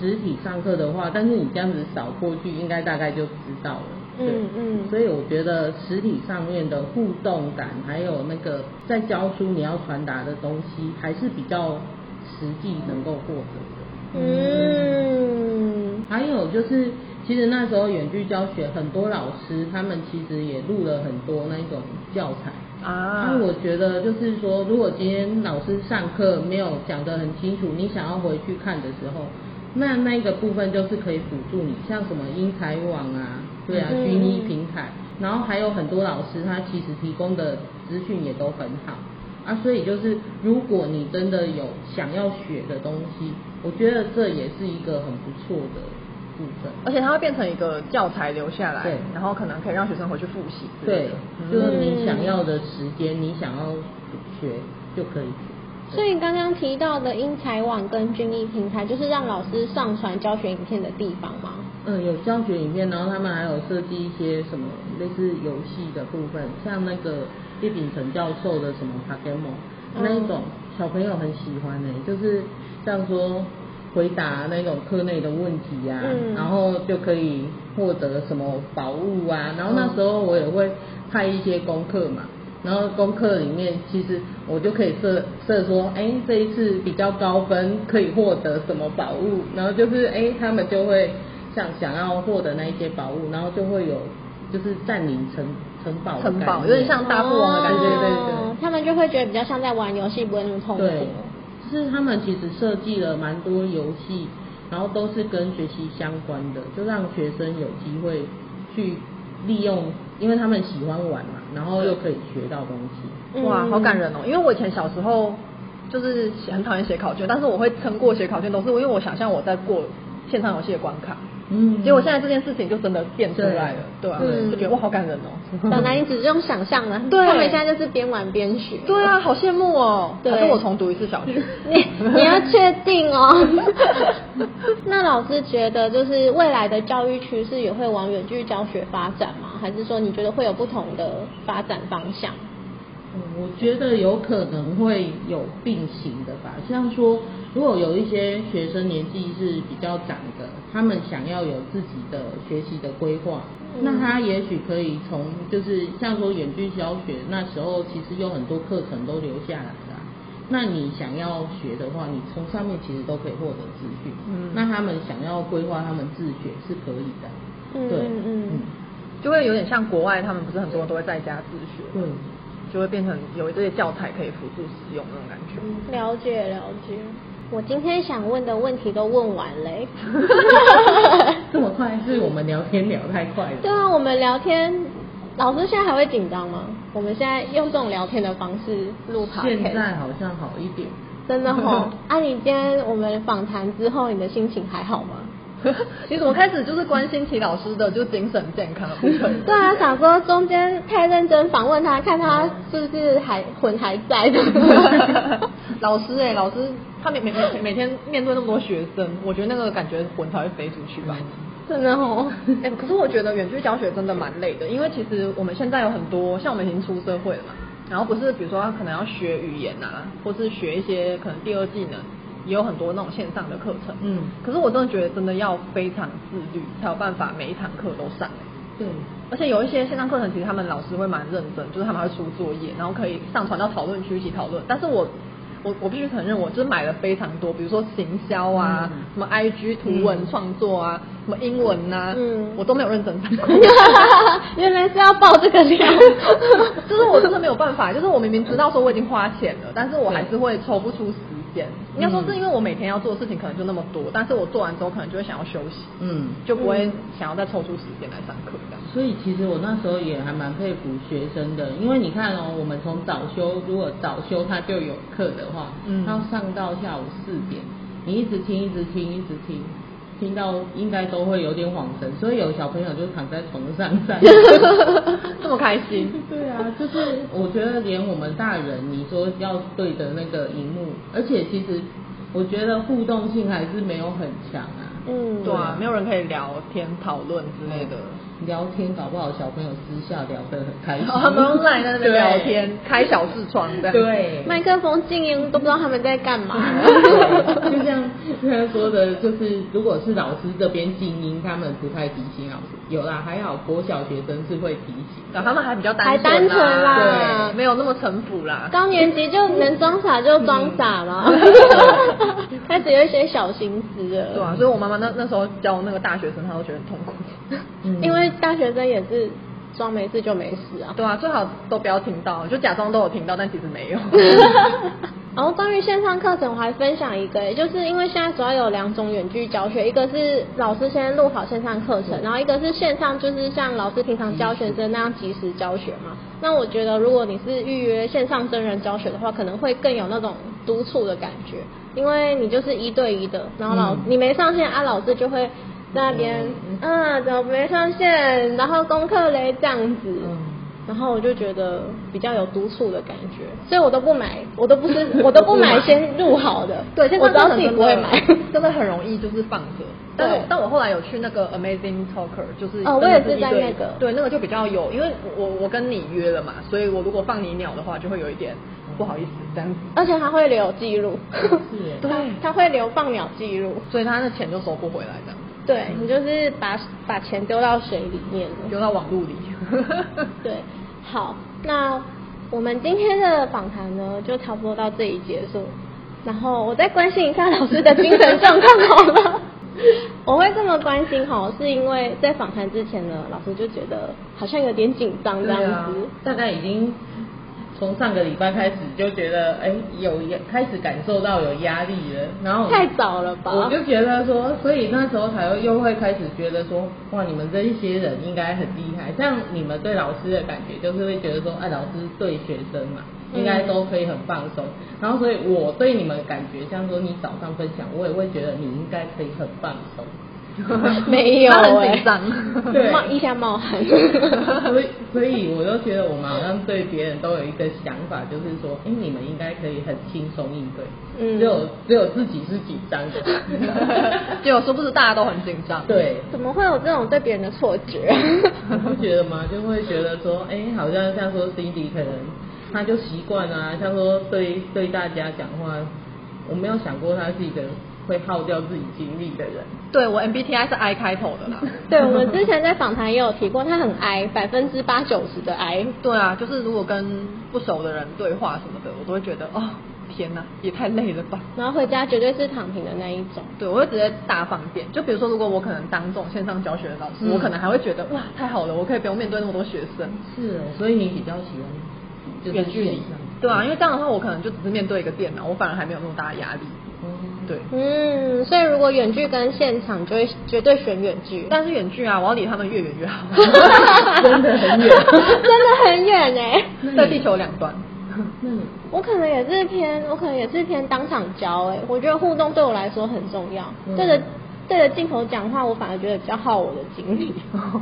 Speaker 1: 实体上课的话，但是你这样子扫过去，应该大概就知道了。对
Speaker 2: 嗯嗯
Speaker 1: 所以我觉得实体上面的互动感，还有那个在教书你要传达的东西，还是比较实际能够获得
Speaker 2: 嗯
Speaker 1: 的。还有就是，其实那时候远距教学，很多老师他们其实也录了很多那种教材。
Speaker 3: 啊
Speaker 1: 那我觉得就是说，如果今天老师上课没有讲得很清楚，你想要回去看的时候，那那个部分就是可以辅助你，像什么英才网啊，对啊，
Speaker 2: 嗯
Speaker 1: 虚拟平台，然后还有很多老师他其实提供的资讯也都很好啊，所以就是如果你真的有想要学的东西，我觉得这也是一个很不错的部分。
Speaker 3: 而且它会变成一个教材留下来
Speaker 1: 对，
Speaker 3: 然后可能可以让学生回去复习之类
Speaker 1: 对
Speaker 3: 的。，嗯
Speaker 1: 就是你想要的时间，你想要学就可以学。
Speaker 2: 所以刚刚提到的英才网跟军艺平台，就是让老师上传教学影片的地方吗？
Speaker 1: 嗯，有教学影片，然后他们还有设计一些什么类似游戏的部分，像那个叶秉成教授的什么 p o k e m o
Speaker 2: 嗯
Speaker 1: 那一种，小朋友很喜欢呢、欸就是像说回答那种课内的问题呀、
Speaker 2: 嗯
Speaker 1: 然后就可以获得什么宝物
Speaker 3: 嗯
Speaker 1: 啊。然后那时候我也会派一些功课嘛，然后功课里面其实我就可以设设说，哎，这一次比较高分可以获得什么宝物，然后就是哎他们就会想想要获得那一些宝物，然后就会有就是占领城城堡的
Speaker 3: 城堡
Speaker 1: 概念
Speaker 3: 有点像大富翁的感觉，
Speaker 1: 对对
Speaker 2: 哦
Speaker 1: 对对
Speaker 2: 他们就会觉得比较像在玩游戏，不会那么痛苦。
Speaker 1: 对，就是他们其实设计了蛮多游戏，然后都是跟学习相关的，就让学生有机会去利用，因为他们喜欢玩嘛，然后又可以学到东西。
Speaker 2: 嗯
Speaker 3: 哇，好感人哦！因为我以前小时候就是很讨厌写考卷，但是我会撑过写考卷，都是因为我想象我在过线上游戏的关卡，
Speaker 1: 嗯
Speaker 3: 结果现在这件事情就真的变出来了，
Speaker 1: 对
Speaker 3: 对啊，
Speaker 2: 嗯
Speaker 3: 就觉得哇，好感人哦。
Speaker 2: 本来你只是用想象的，
Speaker 3: 对
Speaker 2: 他们现在就是边玩边学。
Speaker 3: 对啊，好羡慕哦。
Speaker 2: 对
Speaker 3: 还是我重读一次小学。
Speaker 2: 你你要确定哦。 那老师觉得，就是未来的教育趋势也会往远距教学发展吗？还是说你觉得会有不同的发展方向？
Speaker 1: 嗯我觉得有可能会有并行的吧，像说如果有一些学生年纪是比较长的，他们想要有自己的学习的规划，
Speaker 2: 嗯
Speaker 1: 那他也许可以从就是像说远距教学那时候，其实有很多课程都留下来了啊、那你想要学的话，你从上面其实都可以获得资讯。
Speaker 3: 嗯
Speaker 1: 那他们想要规划他们自学是可以的。
Speaker 2: 嗯
Speaker 1: 对，
Speaker 2: 嗯嗯
Speaker 3: 就会有点像国外，他们不是很多人都会在家自学，
Speaker 1: 对。
Speaker 2: 嗯
Speaker 3: 就会变成有这些教材可以辅助使用那种感觉。
Speaker 2: 了解了解。我今天想问的问题都问完嘞。
Speaker 1: 这么快是我们聊天聊太快了。
Speaker 2: 对啊，我们聊天，老师现在还会紧张吗？我们现在用这种聊天的方式录 p o
Speaker 1: 现在好像好一 点，
Speaker 2: 真的哦。啊，你今天我们访谈之后，你的心情还好吗？
Speaker 3: 其实我开始就是关心齐老师的就精神健 康的部分。
Speaker 2: 对啊，想说中间太认真访问他，看他是不是还魂还在的。
Speaker 3: 老师哎、老师他每每每每天面对那么多学生，我觉得那个感觉魂才会飞出去吧。
Speaker 2: 真的哦，
Speaker 3: 哎、可是我觉得远距教学真的蛮累的，因为其实我们现在有很多，像我们已经出社会了嘛，然后不是比如说可能要学语言啊，或是学一些可能第二技能，也有很多那种线上的课程。
Speaker 1: 嗯
Speaker 3: 可是我真的觉得真的要非常自律，才有办法每一堂课都上、欸。
Speaker 1: 对，
Speaker 3: 而且有一些线上课程，其实他们老师会蛮认真，就是他们还会出作业，然后可以上传到讨论区一起讨论。但是我我我必须承认，我就是买了非常多，比如说行销啊，
Speaker 1: 嗯
Speaker 3: 什么 IG 图文创作啊，什么英文呐、
Speaker 2: 嗯
Speaker 3: 我都没有认真上 过。
Speaker 2: 原来是要爆这个料。
Speaker 3: 就是我真的没有办法，就是我明明知道说我已经花钱了，但是我还是会抽不出时间。应该
Speaker 1: 嗯
Speaker 3: 说是因为我每天要做的事情可能就那么多，但是我做完之后可能就会想要休息，
Speaker 1: 嗯。
Speaker 3: 就不会想要再抽出时间来上课这样。
Speaker 1: 所以其实我那时候也还蛮佩服学生的，因为你看哦，我们从早修，如果早修他就有课的话，
Speaker 3: 嗯
Speaker 1: 他上到下午四点，你一直听，一直听，一直听，听到应该都会有点恍神，所以有小朋友就躺在床上 上。
Speaker 3: 这么开心，
Speaker 1: 对啊，就是我觉得连我们大人，你说要对着那个荧幕，而且其实我觉得互动性还是没有很强啊。
Speaker 2: 嗯，
Speaker 3: 对啊，没有人可以聊天讨论之类的。
Speaker 1: 聊天搞不好小朋友私下聊得很开心，
Speaker 3: 然后他们哦用赖在那 边聊天，开小视窗这
Speaker 1: 对，
Speaker 3: 样。，
Speaker 1: 对，
Speaker 2: 麦克风静音，都不知道他们在干嘛。
Speaker 1: 对就像他说的，就是如果是老师这边静音，他们不太提醒老师。有啦，还好国小学生是会提醒。
Speaker 3: 然后他们还比较单啊
Speaker 2: 还单纯啦
Speaker 3: 对，没有那么城府啦。
Speaker 2: 高年级就能装傻就装傻嘛， 开始有一些小心思了。
Speaker 3: 对啊，所以我妈妈那那时候教那个大学生，她都觉得很痛苦。
Speaker 1: 嗯
Speaker 2: 因为大学生也是装没事就没事啊。
Speaker 3: 对啊，最好都不要听到，就假装都有听到，但其实没 有。
Speaker 1: 嗯
Speaker 2: 然后关于线上课程，我还分享一个，也就是因为现在主要有两种远距教学，一个是老师先录好线上课
Speaker 1: 嗯
Speaker 2: 程，然后一个是线上，就是像老师平常教学生那样及时教学嘛。那我觉得如果你是预约线上真人教学的话，可能会更有那种督促的感觉，因为你就是一对一的，然后老、
Speaker 1: 嗯
Speaker 2: 你没上线啊，老师就会。在那边，嗯，怎么没上线？然后功课嘞这样子，
Speaker 1: 嗯
Speaker 2: 然后我就觉得比较有督促的感觉，所以我都不买，我都不 是，我都不买先入好的，
Speaker 3: 对，现在
Speaker 2: 我知
Speaker 3: 真的
Speaker 2: 道自己不会买。
Speaker 3: 真的很容易就是放着。但
Speaker 2: 对
Speaker 3: 我但我后来有去那个 Amazing Talker，就是真的
Speaker 2: 哦我也是
Speaker 3: 一
Speaker 2: 在
Speaker 3: 对
Speaker 2: 那个
Speaker 3: 对那个就比较有，因为我我跟你约了嘛，所以我如果放你鸟的话，就会有一点不好意思这样子。
Speaker 2: 而且他会留记录，
Speaker 1: 是 耶
Speaker 3: 对
Speaker 2: 他会留放鸟记录，
Speaker 3: 所以他那钱就收不回来这样，
Speaker 2: 对你就是把把钱丢到水里面了。
Speaker 3: 丢到网路里。
Speaker 2: 对，好，那我们今天的访谈呢，就差不多到这里结束。然后我再关心一下老师的精神状况好了。 我会这么关心哈，是因为在访谈之前呢，老师就觉得好像有点紧张这样
Speaker 1: 对
Speaker 2: 子。
Speaker 1: 啊，大概已经从上个礼拜开始就觉得，哎，有压开始感受到有压力了，然后
Speaker 2: 哦太早了吧？
Speaker 1: 我就觉得说，所以那时候才会又会开始觉得说，哇，你们这一些人应该很厉害。像你们对老师的感觉，就是会觉得说，哎、老师对学生嘛，
Speaker 2: 嗯
Speaker 1: 应该都可以很放松。然后，所以我对你们的感觉，像说你早上分享，我也会觉得你应该可以很放松。
Speaker 2: 没有
Speaker 3: 他很
Speaker 2: 欸
Speaker 3: 紧张，
Speaker 1: 对
Speaker 2: 冒一下冒汗。
Speaker 1: 所以，所以我就觉得我们好像对别人都有一个想法，就是说，哎、你们应该可以很轻松应对，
Speaker 2: 嗯
Speaker 1: 只有只有自己是紧张的，
Speaker 3: 结果殊不知大家都很紧张。，
Speaker 1: 对，
Speaker 2: 怎么会有这种对别人的错觉？啊
Speaker 1: 你不觉得吗？就会觉得说，哎、好像像说 Cindy 可能他就习惯啊，像说对对大家讲话，我没有想过他是一个会耗掉自己精力的人，
Speaker 3: 对我 MBTI 是 I 开头的 啦。
Speaker 2: 对，我们之前在访谈也有提过，他很 I，百分之八九十的 I。
Speaker 3: 对啊，就是如果跟不熟的人对话什么的，我都会觉得哦，天哪，也太累了吧。
Speaker 2: 然后回家绝对是躺平的那一种。
Speaker 3: 对，我会直接大放电。就比如说，如果我可能当这种线上教学的老师，
Speaker 1: 嗯
Speaker 3: 我可能还会觉得哇，太好了，我可以不用面对那么多学生。
Speaker 1: 是哦，所以你比较喜欢就是
Speaker 3: 远距
Speaker 1: 线
Speaker 3: 离
Speaker 1: 上，
Speaker 3: 对啊，因为这样的话，我可能就只是面对一个电脑，我反而还没有那么大的压力。
Speaker 1: 嗯
Speaker 3: 对，
Speaker 2: 嗯，所以如果远距跟现场，就会绝对选远距。
Speaker 3: 但是远距啊，我要离他们越远越好，
Speaker 1: 真的 很远
Speaker 2: 真的很远哎、
Speaker 3: 在地球两端。
Speaker 1: 那你
Speaker 2: 我可能也是偏，我可能也是偏当场教哎、我觉得互动对我来说很重要。
Speaker 1: 嗯
Speaker 2: 对着对着镜头讲话，我反而觉得比较耗我的精力。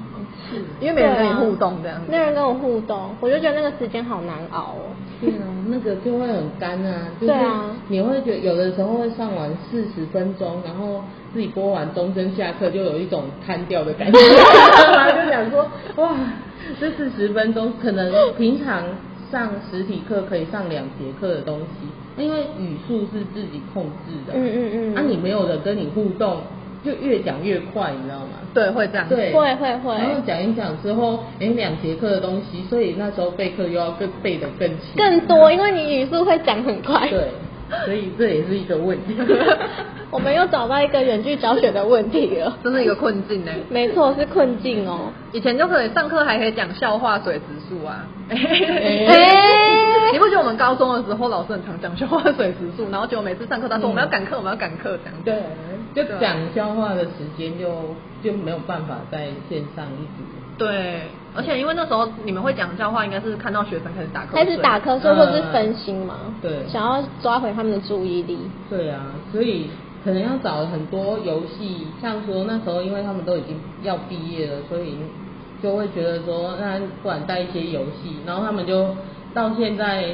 Speaker 3: 因为没人跟你
Speaker 2: 对啊
Speaker 3: 互动这样子
Speaker 2: 没人跟我互动，我就觉得那个时间好难熬哦。
Speaker 1: 对啊，那个就会很干啊，就是
Speaker 2: 对啊
Speaker 1: 你会觉得有的时候会上完四十分钟，然后自己播完钟声下课，就有一种瘫掉的 感觉，然后就想说哇，这四十分钟可能平常上实体课可以上两节课的东西，因为语速是自己控制的，
Speaker 2: 嗯嗯嗯
Speaker 1: 啊，你没有人跟你互动，就越讲越快，你知道吗？
Speaker 3: 对，会这样。
Speaker 1: 对，
Speaker 2: 会会会
Speaker 1: 然后讲一讲之后，哎，两节课的东西，所以那时候备课又要更背得更勤，
Speaker 2: 更多，因为你语速会讲很快。
Speaker 1: 对，所以这也是一个问题。
Speaker 2: 我们又找到一个远距教学的问题了。
Speaker 3: 真的一个困境呢、
Speaker 2: 没错，是困境哦。
Speaker 3: 以前就可以上课还可以讲笑话水植树啊。
Speaker 2: 哎
Speaker 3: 你不觉得我们高中的时候老师很常讲笑话水植树，然后结果每次上课他说
Speaker 1: 嗯
Speaker 3: 我们要赶课，我们要赶课这样子。
Speaker 1: 对，就讲笑话的时间就就没有办法在线上一直。
Speaker 3: 对，而且因为那时候你们会讲笑话，应该是看到学生开始打瞌睡，
Speaker 2: 开始打瞌睡或是分心嘛，
Speaker 1: 对
Speaker 2: 想要抓回他们的注意力。
Speaker 1: 对啊，所以可能要找很多游戏，像说那时候因为他们都已经要毕业了，所以就会觉得说，那不然带一些游戏，然后他们就到现在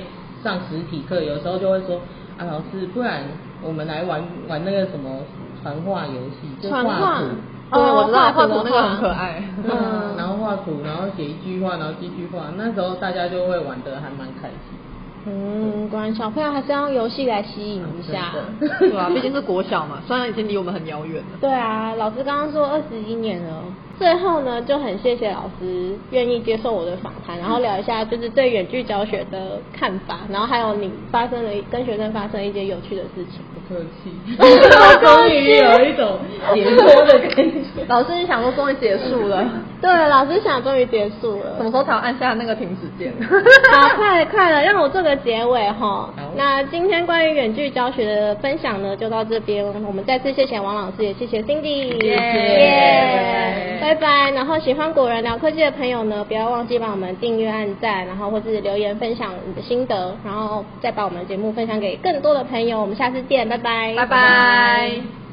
Speaker 1: 上实体课，有时候就会说，啊老师，不然我们来玩玩那个什么传话游戏，就
Speaker 2: 传
Speaker 1: 画
Speaker 2: 话
Speaker 1: 图。
Speaker 3: 对，
Speaker 2: 哦
Speaker 3: 我知道
Speaker 2: 画
Speaker 3: 画
Speaker 2: 图
Speaker 3: 图
Speaker 2: 的
Speaker 3: 那
Speaker 2: 话
Speaker 3: 个很可爱。
Speaker 2: 嗯
Speaker 1: 然后画图，然后写一句话，然后继续画。那时候大家就会玩得还蛮开心。
Speaker 2: 嗯，果然小朋友还是要用游戏来吸引一下。
Speaker 1: 真的
Speaker 3: 对啊，毕竟是国小嘛，虽然已经离我们很遥远了。
Speaker 2: 对啊，老师刚刚说二十一年了，最后呢就很谢谢老师愿意接受我的访
Speaker 3: 嗯
Speaker 2: 谈，然后聊一下就是对远距教学的看法，然后还有你发生了一跟学生发生一些有趣的事情。
Speaker 1: 不客 气，终于 有一种解脱的感觉。
Speaker 3: 老师，你想说终于结束了，
Speaker 2: 对，老师想终于结束了，
Speaker 3: 什么时候才要按下那个停止 键？
Speaker 2: 好，快了快了，让我做个结尾哈
Speaker 1: 好。
Speaker 2: 那今天关于远距教学的分享呢，就到这边。我们再次谢谢王老师，也谢谢 Cindy，
Speaker 3: 耶
Speaker 2: 耶
Speaker 3: 拜拜
Speaker 2: 拜拜。然后喜欢果仁聊科技的朋友呢，不要忘记帮我们订阅、按赞，然后或是留言分享你的心得，然后再把我们的节目分享给更多的朋友。我们下次见，拜拜，
Speaker 3: 拜拜。